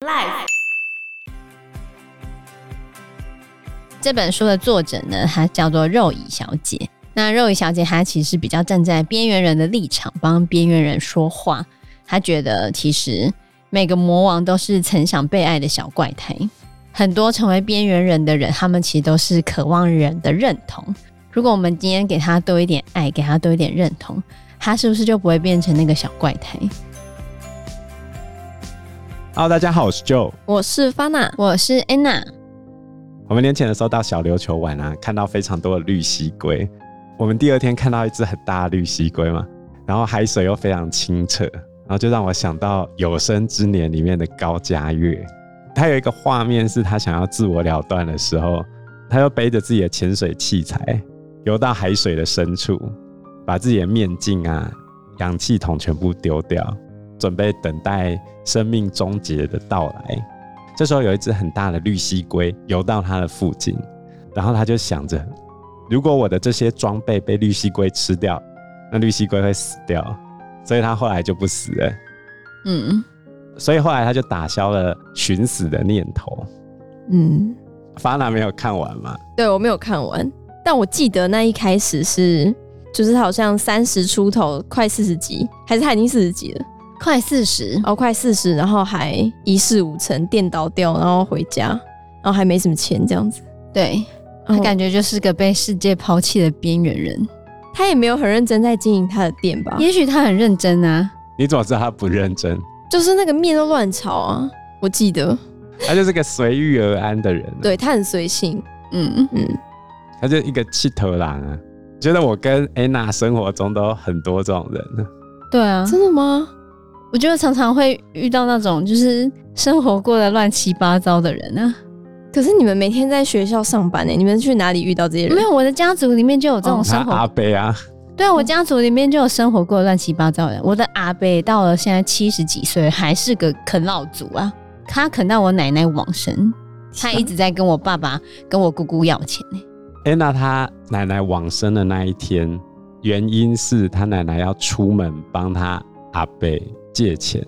Life 这本书的作者呢，她叫做肉乙小姐。那肉乙小姐她其实比较站在边缘人的立场，帮边缘人说话。她觉得其实每个魔王都是曾想被爱的小怪胎，很多成为边缘人的人，他们其实都是渴望人的认同。如果我们今天给他多一点爱，给他多一点认同，他是不是就不会变成那个小怪胎？ Hello，大家好，我是 Joe。我是 Fana，我是 Anna，我们年前的时候到小琉球玩啊，看到非常多的绿蜥龟。我们第二天看到一只很大的绿蜥龟嘛，然后海水又非常清澈，然后就让我想到《有生之年》里面的高佳月。他有一个画面是他想要自我了断的时候，他就背着自己的潜水器材游到海水的深处，把自己的面镜啊、氧气筒全部丢掉，准备等待生命终结的到来。这时候有一只很大的绿蜥龟游到它的附近，然后他就想着，如果我的这些装备被绿蜥龟吃掉，那绿蜥龟会死掉，所以他后来就不死了。嗯所以后来他就打消了寻死的念头。嗯，法拉没有看完嘛，对我没有看完，但我记得那一开始是，就是他好像三十出头，快四十集，还是他已经四十集了，快四十，哦，快四十，然后还一事无成，电倒掉，然后回家，然后还没什么钱这样子，对然他后感觉就是个被世界抛弃的边缘人。他也没有很认真在经营他的店吧，也许他很认真啊，你怎么知道他不认真？就是那个面都乱炒啊，我记得，他就是个随遇而安的人、，对他很随性，嗯，嗯，他就是一个气头狼啊。觉得我跟安娜生活中都有很多这种人，对啊，真的吗？我觉得常常会遇到那种就是生活过得乱七八糟的人啊。可是你们每天在学校上班呢、欸你们去哪里遇到这些人？没有，我的家族里面就有这种哦他生活，阿贝啊，对啊，我家族里面就有生活过得乱七八糟的人。我的阿伯到了现在七十几岁还是个啃老族啊，他啃到我奶奶往生，他啊一直在跟我爸爸跟我姑姑要钱呢、安娜她奶奶往生的那一天，原因是她奶奶要出门帮她阿贝借钱，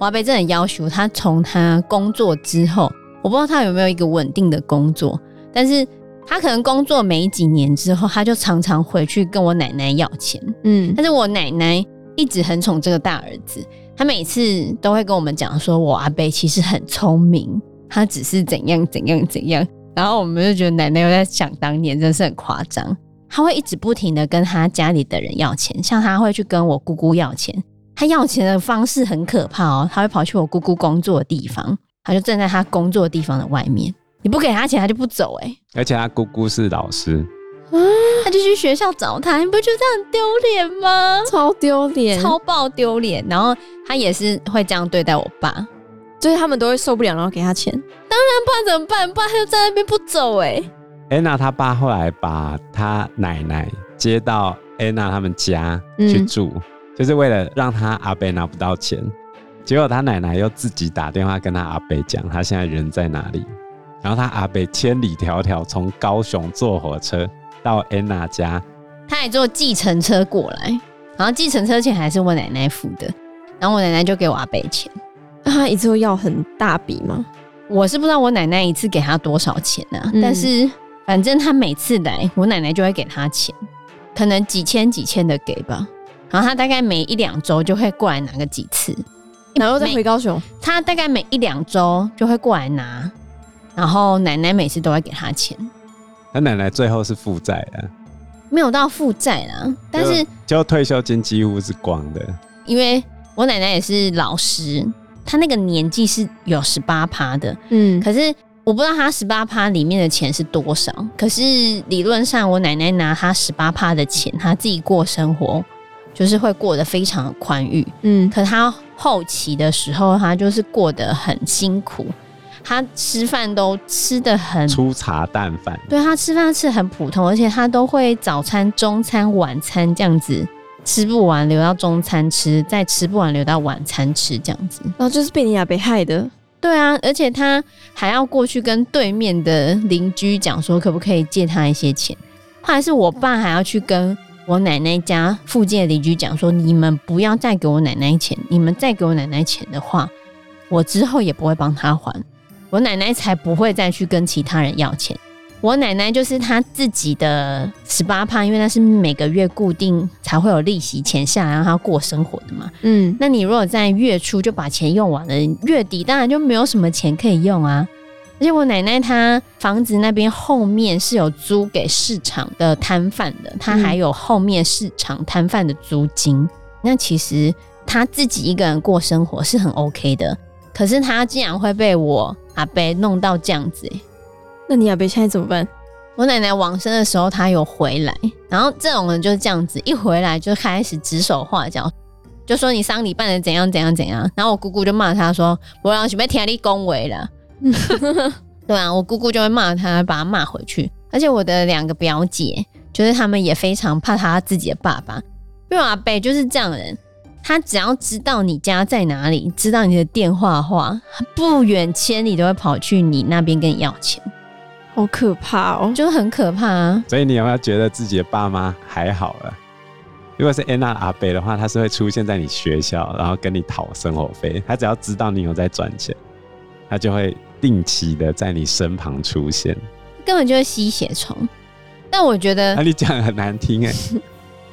我阿伯真的很要求他从他工作之后，我不知道他有没有一个稳定的工作，但是他可能工作没几年之后，他就常常回去跟我奶奶要钱。嗯，但是我奶奶一直很宠这个大儿子，她每次都会跟我们讲说，我阿伯其实很聪明，他只是怎样怎样怎样。然后我们就觉得奶奶又在想当年，真是很夸张。她会一直不停的跟她家里的人要钱，像她会去跟我姑姑要钱。她要钱的方式很可怕哦，她会跑去我姑姑工作的地方，她就站在她工作的地方的外面，你不给她钱，她就不走、欸。而且她姑姑是老师，她就去学校找她，你不觉得这很丢脸吗？超丢脸，超爆丢脸。然后他也是会这样对待我爸，那就是他们都会受不了，然后给他钱。不然怎么办？不然他就在那边不走哎、安娜她爸后来把她奶奶接到安娜他们家去住，就是为了让她阿贝拿不到钱。结果她奶奶又自己打电话跟她阿贝讲，她现在人在哪里。然后她阿贝千里迢迢从高雄坐火车到安娜家，他还坐计程车过来，然后计程车钱还是我奶奶付的，然后我奶奶就给我阿伯钱。那他一次会要很大笔吗？我是不知道我奶奶一次给他多少钱啊，嗯但是反正他每次来，我奶奶就会给他钱，可能几千几千的给吧。然后他大概每一两周就会过来拿个几次，然后再每回高雄，他大概每一两周就会过来拿，然后奶奶每次都会给他钱，她奶奶最后是负债的，没有到负债啦。但是就就退休金几乎是光的。因为我奶奶也是老师，她那个年纪是有十八趴的，嗯，可是我不知道她十八趴里面的钱是多少。可是理论上，我奶奶拿她十八趴的钱，她自己过生活，就是会过得非常的宽裕。嗯，可他后期的时候，他就是过得很辛苦，他吃饭都吃的很，粗茶淡饭，对他吃饭吃很普通，而且他都会早餐、中餐、晚餐这样子吃不完留到中餐吃，再吃不完留到晚餐吃这样子。然后就是被你俩被害的，对啊，而且他还要过去跟对面的邻居讲说，可不可以借他一些钱。后来是我爸还要去跟我奶奶家附近的邻居讲说，你们不要再给我奶奶钱，你们再给我奶奶钱的话，我之后也不会帮他还。我奶奶才不会再去跟其他人要钱。我奶奶就是她自己的十八趴，因为那是每个月固定才会有利息钱下来让她过生活的嘛。嗯，那你如果在月初就把钱用完了，月底当然就没有什么钱可以用啊。而且我奶奶她房子那边后面是有租给市场的摊贩的，她还有后面市场摊贩的租金。那其实她自己一个人过生活是很 OK 的，可是她竟然会被我阿伯弄到这样子、欸那你阿伯现在怎么办？我奶奶往生的时候，她有回来，然后这种人就是这样子，一回来就开始指手画脚，就说你丧礼办的怎样怎样怎样。然后我姑姑就骂她说：“我让准备听你恭维了。” 对啊，我姑姑就会骂她，把她骂回去。而且我的两个表姐，就是她们也非常怕她自己的爸爸，因为我阿伯就是这样的人，他只要知道你家在哪里，知道你的电话话，他不远千里都会跑去你那边跟你要钱，好可怕哦！就很可怕啊。所以你有没有觉得自己的爸妈还好了？如果是安娜阿北的话，他是会出现在你学校，然后跟你讨生活费。他只要知道你有在赚钱，他就会定期的在你身旁出现。根本就是吸血虫。但我觉那、得你讲得很难听哎、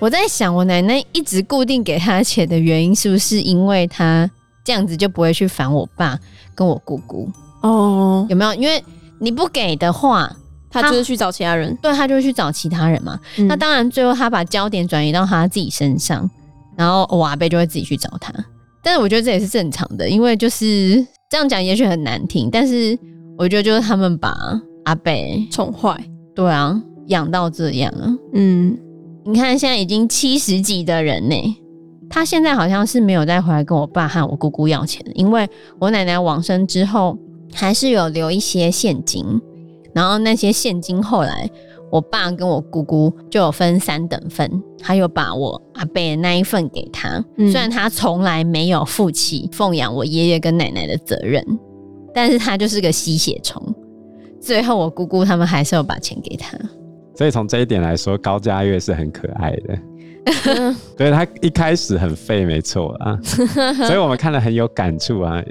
我在想，我奶奶一直固定给他钱的原因，是不是因为他这样子就不会去烦我爸跟我姑姑？哦，有没有？因为你不给的话，他就是去找其他人。对他就会去找其他人嘛。那那当当然，最后他把焦点转移到他自己身上，然后我阿贝就会自己去找他。但是我觉得这也是正常的，因为就是这样讲，也许很难听，但是我觉得就是他们把阿贝宠坏，对啊养到这样啊。嗯，你看，现在已经七十几的人呢、他现在好像是没有再回来跟我爸和我姑姑要钱，因为我奶奶往生之后，还是有留一些现金，然后那些现金后来我爸跟我姑姑就有分三等份，还有把我阿伯的那一份给他，嗯虽然他从来没有负起奉养我爷爷跟奶奶的责任，但是他就是个吸血虫。最后我姑姑他们还是有把钱给他，所以从这一点来说，高嘉月是很可爱的。嗯对他一开始很废，没错 啊，所以我们看了很有感触啊。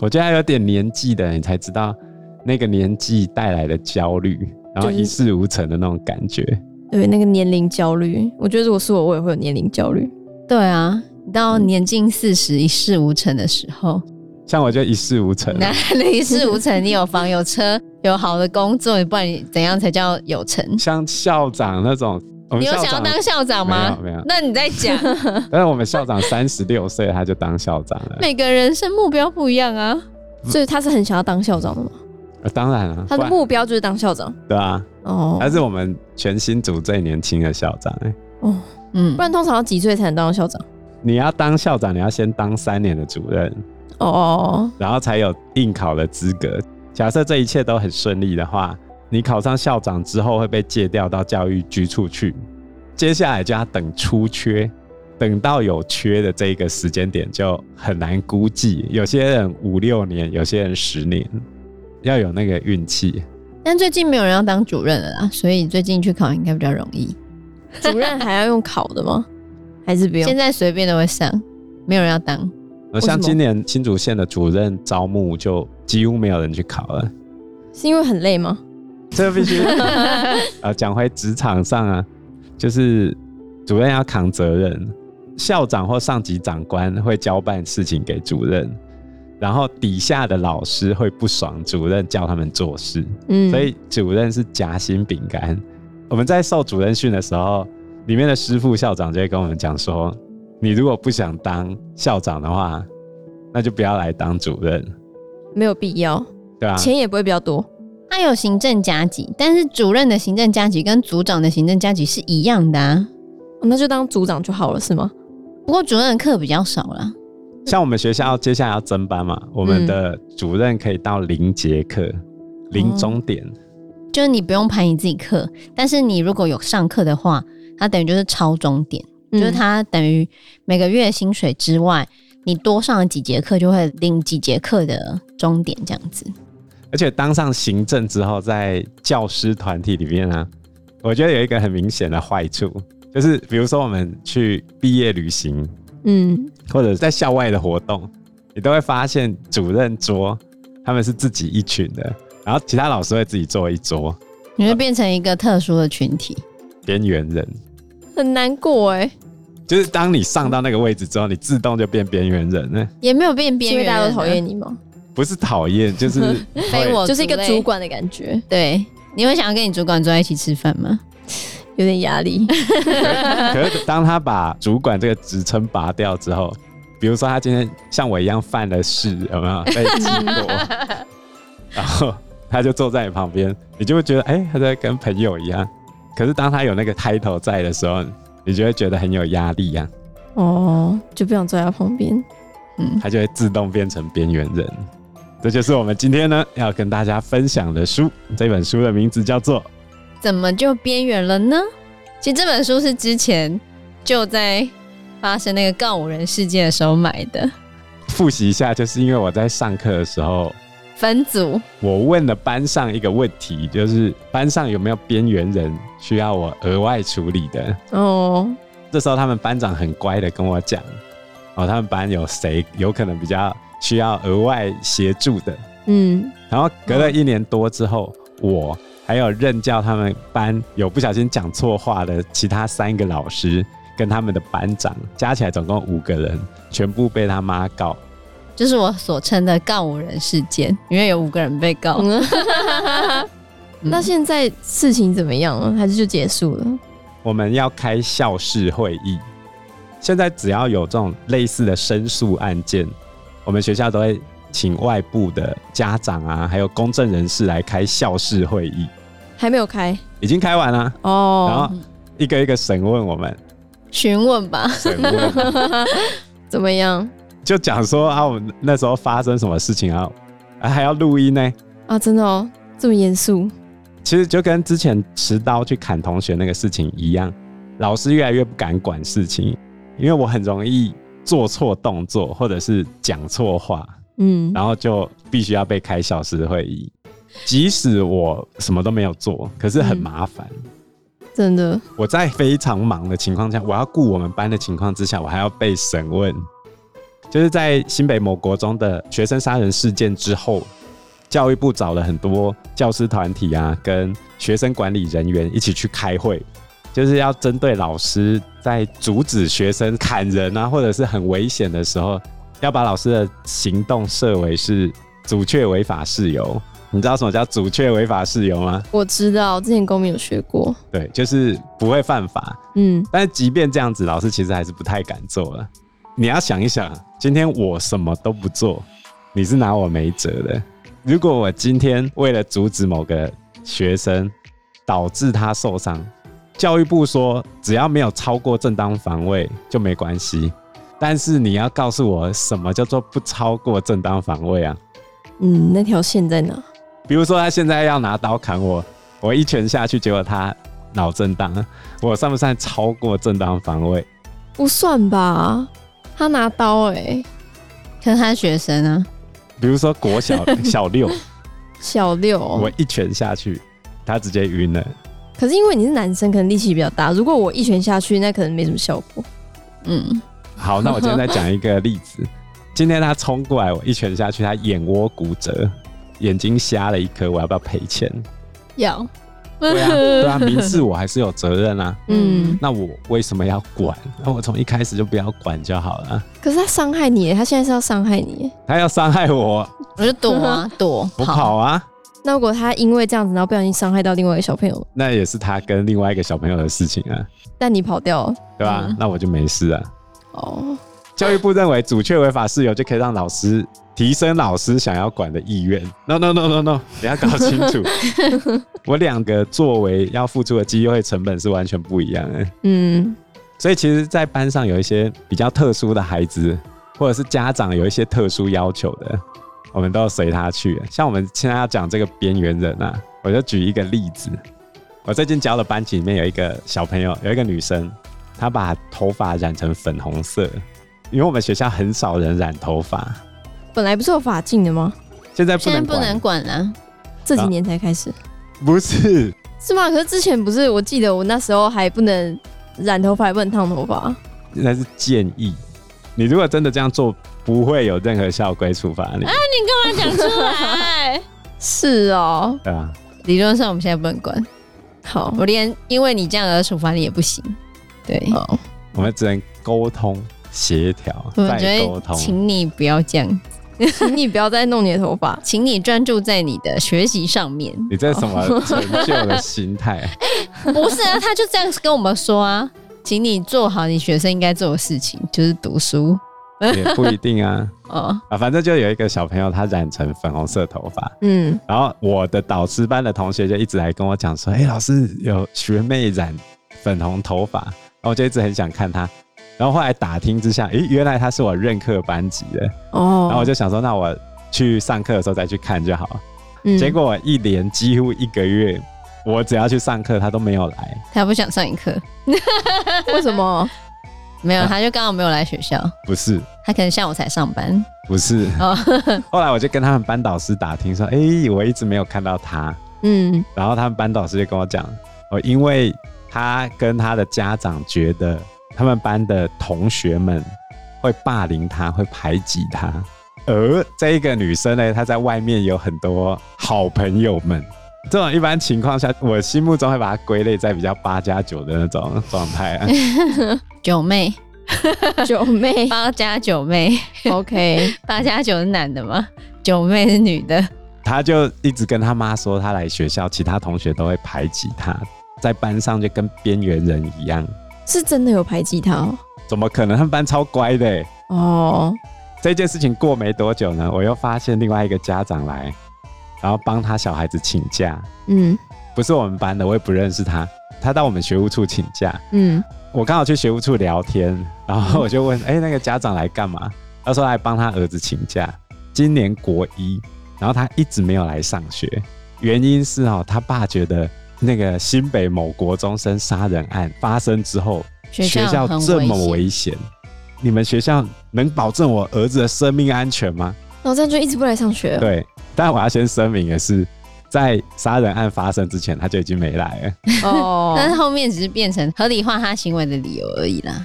我觉得他有点年纪的，你才知道那个年纪带来的焦虑，然后就是一事无成的那种感觉。对，那个年龄焦虑，我觉得如果是我，我也会有年龄焦虑。对啊，到年近四十一事无成的时候，像我就一事无成啊、哪 里一事无成？你有房有车，有好的工作，不然你怎样才叫有成？像校长那种，我们你有校想要长，当校长吗？没有没有那你在讲， 但是我们校长三十六岁他就当校长了。每个人生目标不一样啊。所以他是很想要当校长的嘛？呃当然了、他嗯不的然目标就是当校长对啊，哦。他是我们全新组最年轻的校长、欸。哦，嗯不，然通常要几岁才能当校长？你要当校长，你要先当三年的主任，哦哦，然后才有应考的资格。假设这一切都很顺利的话，你考上校长之后会被借调到教育局处去，接下来就要等出缺，等到有缺的这一个时间点就很难估计。有些人五六年，有些人十年，要有那个运气。但最近没有人要当主任了啦，所以最近去考应该比 较容易。主任还要用考的吗？还是不用现？在随便都会上，没有人要当。呃什么像今年新竹县的主任招募就几乎没有人去考了。是因为很累吗？ 这必须呃讲回职场上啊，就是主任要扛责任，校长或上级长官会交办事情给主任，然后底下的老师会不爽主任叫他们做事，嗯，所以主任是夹心饼干。我们在受主任训的时候，里面的师傅校长就会跟我们讲说，你如果不想当校长的话，那就不要来当主任，没有必要，对吧、钱也不会比较多。他有行政加级，但是主任的行政加级跟组长的行政加级是一样的啊。哦那就当组长就好了，是吗？不过主任的课比较少啦。像我们学校接下来要增班嘛，我们的主任可以到零节课、零终点，就是你不用排你自己课，但是你如果有上课的话，它等于就是超终点，就是嗯它等于每个月薪水之外，你多上了几节课就会领几节课的终点这样子。而且当上行政之后，在教师团体里面啊，我觉得有一个很明显的坏处，就是比如说我们去毕业旅行嗯，或者在校外的活动，你都会发现主任桌他们是自己一群的，然后其他老师会自己坐一桌，你会变成一个特殊的群体。边缘人。很难过哎，就是当你上到那个位置之后，你自动就变边缘人了，也没有变边因为缘人啊，大家都讨厌你吗？不是讨厌，就是非会我就是一个类主。管的感觉，对，你会想要跟你主管坐在一起吃饭吗？有点压力。 可是当他把主管这个职称拔掉之后，比如说他今天像我一样犯了事，有没有被记过？然后他就坐在你旁边，你就会觉得哎、他在跟朋友一样。可是当他有那个 title 在的时候，你就会觉得很有压力啊呀、 哦，就不想坐在他旁边。嗯，他就会自动变成边缘人。这就是我们今天呢要跟大家分享的书，这本书的名字叫做怎么就边缘了呢？其实这本书是之前就在发生那个告五人事件的时候买的，复习一下，就是因为我在上课的时候，分组我问了班上一个问题，就是班上有没有边缘人需要我额外处理的。哦，这时候他们班长很乖的跟我讲，哦，他们班有谁有可能比较需要额外协助的。嗯，然后隔了一年多之后，我还有任教他们班有不小心讲错话的其他三个老师跟他们的班长，加起来总共五个人，全部被他妈告。就是我所称的告五人事件，因为有五个人被告。嗯那现在事情怎么样了？还是就结束了？我们要开校事会议。现在只要有这种类似的申诉案件，我们学校都会请外部的家长啊，还有公证人士来开校事会议，还没有开已经开完了，然哦后，一个一个审问我们，询问吧，审问 怎么样 就讲说啊，我们那时候发生什么事情啊，啊还要录音呢。啊？真的哦，这么严肃？其实就跟之前持刀去砍同学那个事情一样，老师越来越不敢管事情，因为我很容易做错动作或者是讲错话，嗯，然后就必须要被开小时会议。即使我什么都没有做，可是很麻烦。真的我在非常忙的情况下，我要顾我们班的情况之下，我还要被审问。就是在新北某国中的学生杀人事件之后，教育部找了很多教师团体啊，跟学生管理人员一起去开会，就是要针对老师在阻止学生砍人啊，或者是很危险的时候，要把老师的行动设为是阻却违法事由。你知道什么叫阻却违法事由吗？我知道，之前公民有学过。对，就是不会犯法，嗯，但即便这样子，老师其实还是不太敢做了。你要想一想，今天我什么都不做，你是拿我没辙的。如果我今天为了阻止某个学生，导致他受伤，教育部说只要没有超过正当防卫就没关系。但是你要告诉我什么叫做不超过正当防卫啊？嗯，那条线在哪？比如说他现在要拿刀砍我，我一拳下去，结果他脑震荡，我算不算超过正当防卫？不算吧，他拿刀哎、可是他学生啊，比如说国 小小六，小六哦、我一拳下去，他直接晕了。可是因为你是男生，可能力气比较大。如果我一拳下去，那可能没什么效果。嗯，好，那我今天再讲一个例 子。今天他冲过来，我一拳下去，他眼窝骨折，眼睛瞎了一颗，我要不要赔钱？要 对啊，对啊，民事我还是有责任啊。嗯嗯，那我为什么要管？那我从一开始就不要管就好了。可是他伤害你欸，他现在是要伤害你欸。他要伤害我， 我就躲啊躲，我跑啊，那如果他因为这样子，然后不小心伤害到另外一个小朋友，那也是他跟另外一个小朋友的事情啊，但你跑掉了，对吧、嗯那我就没事啊。哦，教育部认为阻却违法事由就可以让老师提升老师想要管的意愿。No no no no no，你要搞清楚，我两个作为要付出的机会成本是完全不一样的。嗯，所以其实，在班上有一些比较特殊的孩子，或者是家长有一些特殊要求的，我们都要随他去。像我们现在要讲这个边缘人啊，我就举一个例子。我最近教的班级里面有一个小朋友，有一个女生，她把头发染成粉红色，因为我们学校很少人染头发，本来不是有法禁的吗？现在不现在能不管。能管啊了、这几年才开始、不是，是吗？可是之前不是，我记得我那时候还不能染头发，还不能烫头发，那是建议。你如果真的这样做，不会有任何校规处罚啊你，你干嘛讲出来？是哦，对啊吧？理论上我们现在不能关，好，我连因为你这样而处罚你也不行。对，哦，我们只能沟通、协调、我们觉再沟得通。请你不要这样，。请你不要再弄你的头发请你专注在你的学习上面。你这是什哦么成就的心 态？不是啊，他就这样跟我们说啊，请你做好你学生应该做的事情，就是读书也不一定啊。哦。啊，反正就有一个小朋友，他染成粉红色头发， 嗯，然后我的导师班的同学就一直来跟我讲说：“哎、老师有学妹染粉红头发。”然后我就一直很想看她。然后后来打听之下，诶，原来她是我任课班级的。哦，然后我就想说，那我去上课的时候再去看就好了。嗯结果我一连几乎一个月，我只要去上课，她都没有来。他不想上你课， 为什么？没有，啊他就刚好没有来学校，不是，他可能下午才上班不是。哦。 后来我就跟他们班导师打听说：“哎、我一直没有看到她。”嗯，然后他们班导师就跟我讲，哦，因为他跟他的家长觉得他们班的同学们会霸凌他，会排挤他，而这一个女生呢，她在外面有很多好朋友们。这种一般情况下，我心目中会把它归类在比较八加九的那种状态啊。九妹， 九妹八加九妹， ，OK，八加九是男的吗？九妹是女的，她就一直跟她妈说，她来学校，其他同学都会排挤她，在班上就跟边缘人一样。是真的有排挤他哦。怎么可能？他们班超乖的、欸。哦，这件事情过没多久呢，我又发现另外一个家长来，然后帮他小孩子请假，嗯不是我们班的，我也不认识他，他到我们学务处请假，嗯，我刚好去学务处聊天，然后我就问，哎、那个家长来干嘛？他说来帮他儿子请假，今年国一，然后他一直没有来上学，原因是哦，他爸觉得那个新北某国中生杀人案发生之后，学学校校很这么危险，危险，你们学校能保证我儿子的生命安全吗？然后这样就一直不来上学了。对，但我要先声明的是，在杀人案发生之前，他就已经没来了。 哦，但是后面只是变成合理化他行为的理由而已啦。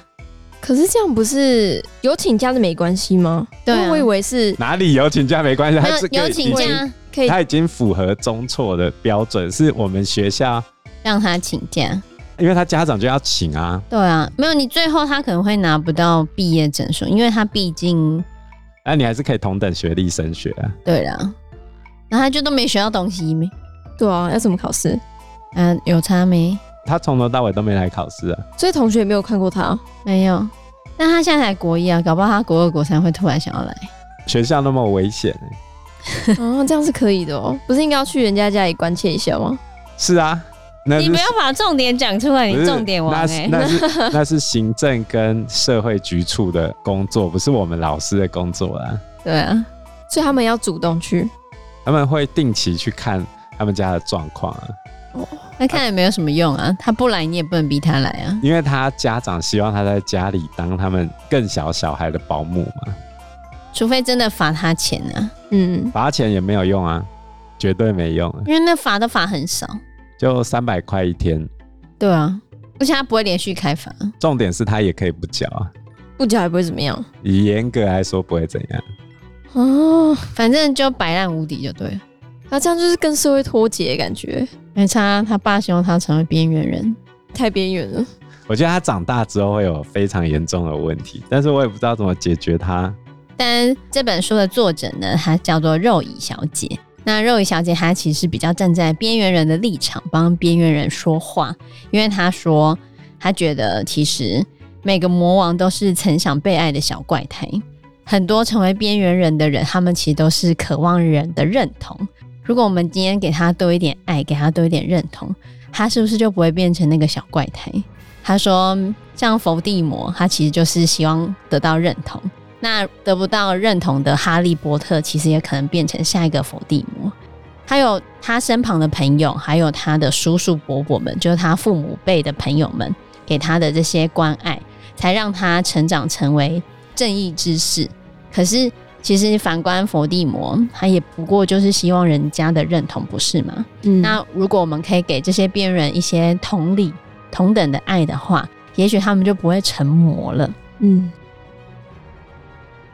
可是这样不是有请假的没关系吗？对啊因为我以为是哪里有请假没关系，他那这个有已请经假，可以他已经符合中错的标准，是我们学校，让他请假。因为他家长就要请啊，对啊，没有你最后他可能会拿不到毕业证书，因为他毕竟那你还是可以同等学历升学啊。对啦，然后他就都没学到东西没，对啊，要怎么考试？嗯、有差没？他从头到尾都没来考试啊，所以同学也没有看过他。没有。但他现在才国一啊，搞不好他国二、国三会突然想要来。学校那么危险欸、 哦，这样是可以的哦，不是应该要去人家家里关切一下吗？是啊，那你是不要把重点讲出来，不你是重点王那哎、是那是那是行政跟社会局处的工作，不是我们老师的工作啊。对啊，所以他们要主动去。他们会定期去看他们家的状况啊，那看也没有什么用啊，他不来你也不能逼他来啊。因为他家长希望他在家里当他们更小小孩的保姆嘛，除非真的罚他钱啊，嗯，罚钱也没有用啊，绝对没用啊，因为那罚的罚很少。就三百块一天。对啊，而且他不会连续开罚。重点是他也可以不缴啊，不交也不会怎么样。以严格来说不会怎样。哦，反正就摆烂无敌就对了。那这样就是跟社会脱节，感觉没差啊，他爸希望他成为边缘人。太边缘了。我觉得他长大之后会有非常严重的问题，但是我也不知道怎么解决他。但这本书的作者呢，她叫做肉乙小姐。那肉乙小姐她其实比较站在边缘人的立场，帮边缘人说话，因为她说她觉得其实每个魔王都是曾想被爱的小怪胎，很多成为边缘人的人，他们其实都是渴望人的认同。如果我们今天给他多一点爱，给他多一点认同，他是不是就不会变成那个小怪胎？他说，像伏地魔，他其实就是希望得到认同。那得不到认同的哈利波特，其实也可能变成下一个伏地魔。还有他身旁的朋友，还有他的叔叔伯伯们，就是他父母辈的朋友们给他的这些关爱，才让他成长成为正义之士。可是，其实反观伏地魔，他也不过就是希望人家的认同，不是吗？嗯，那如果我们可以给这些边缘人一些同理、同等的爱的话，也许他们就不会成魔了。嗯，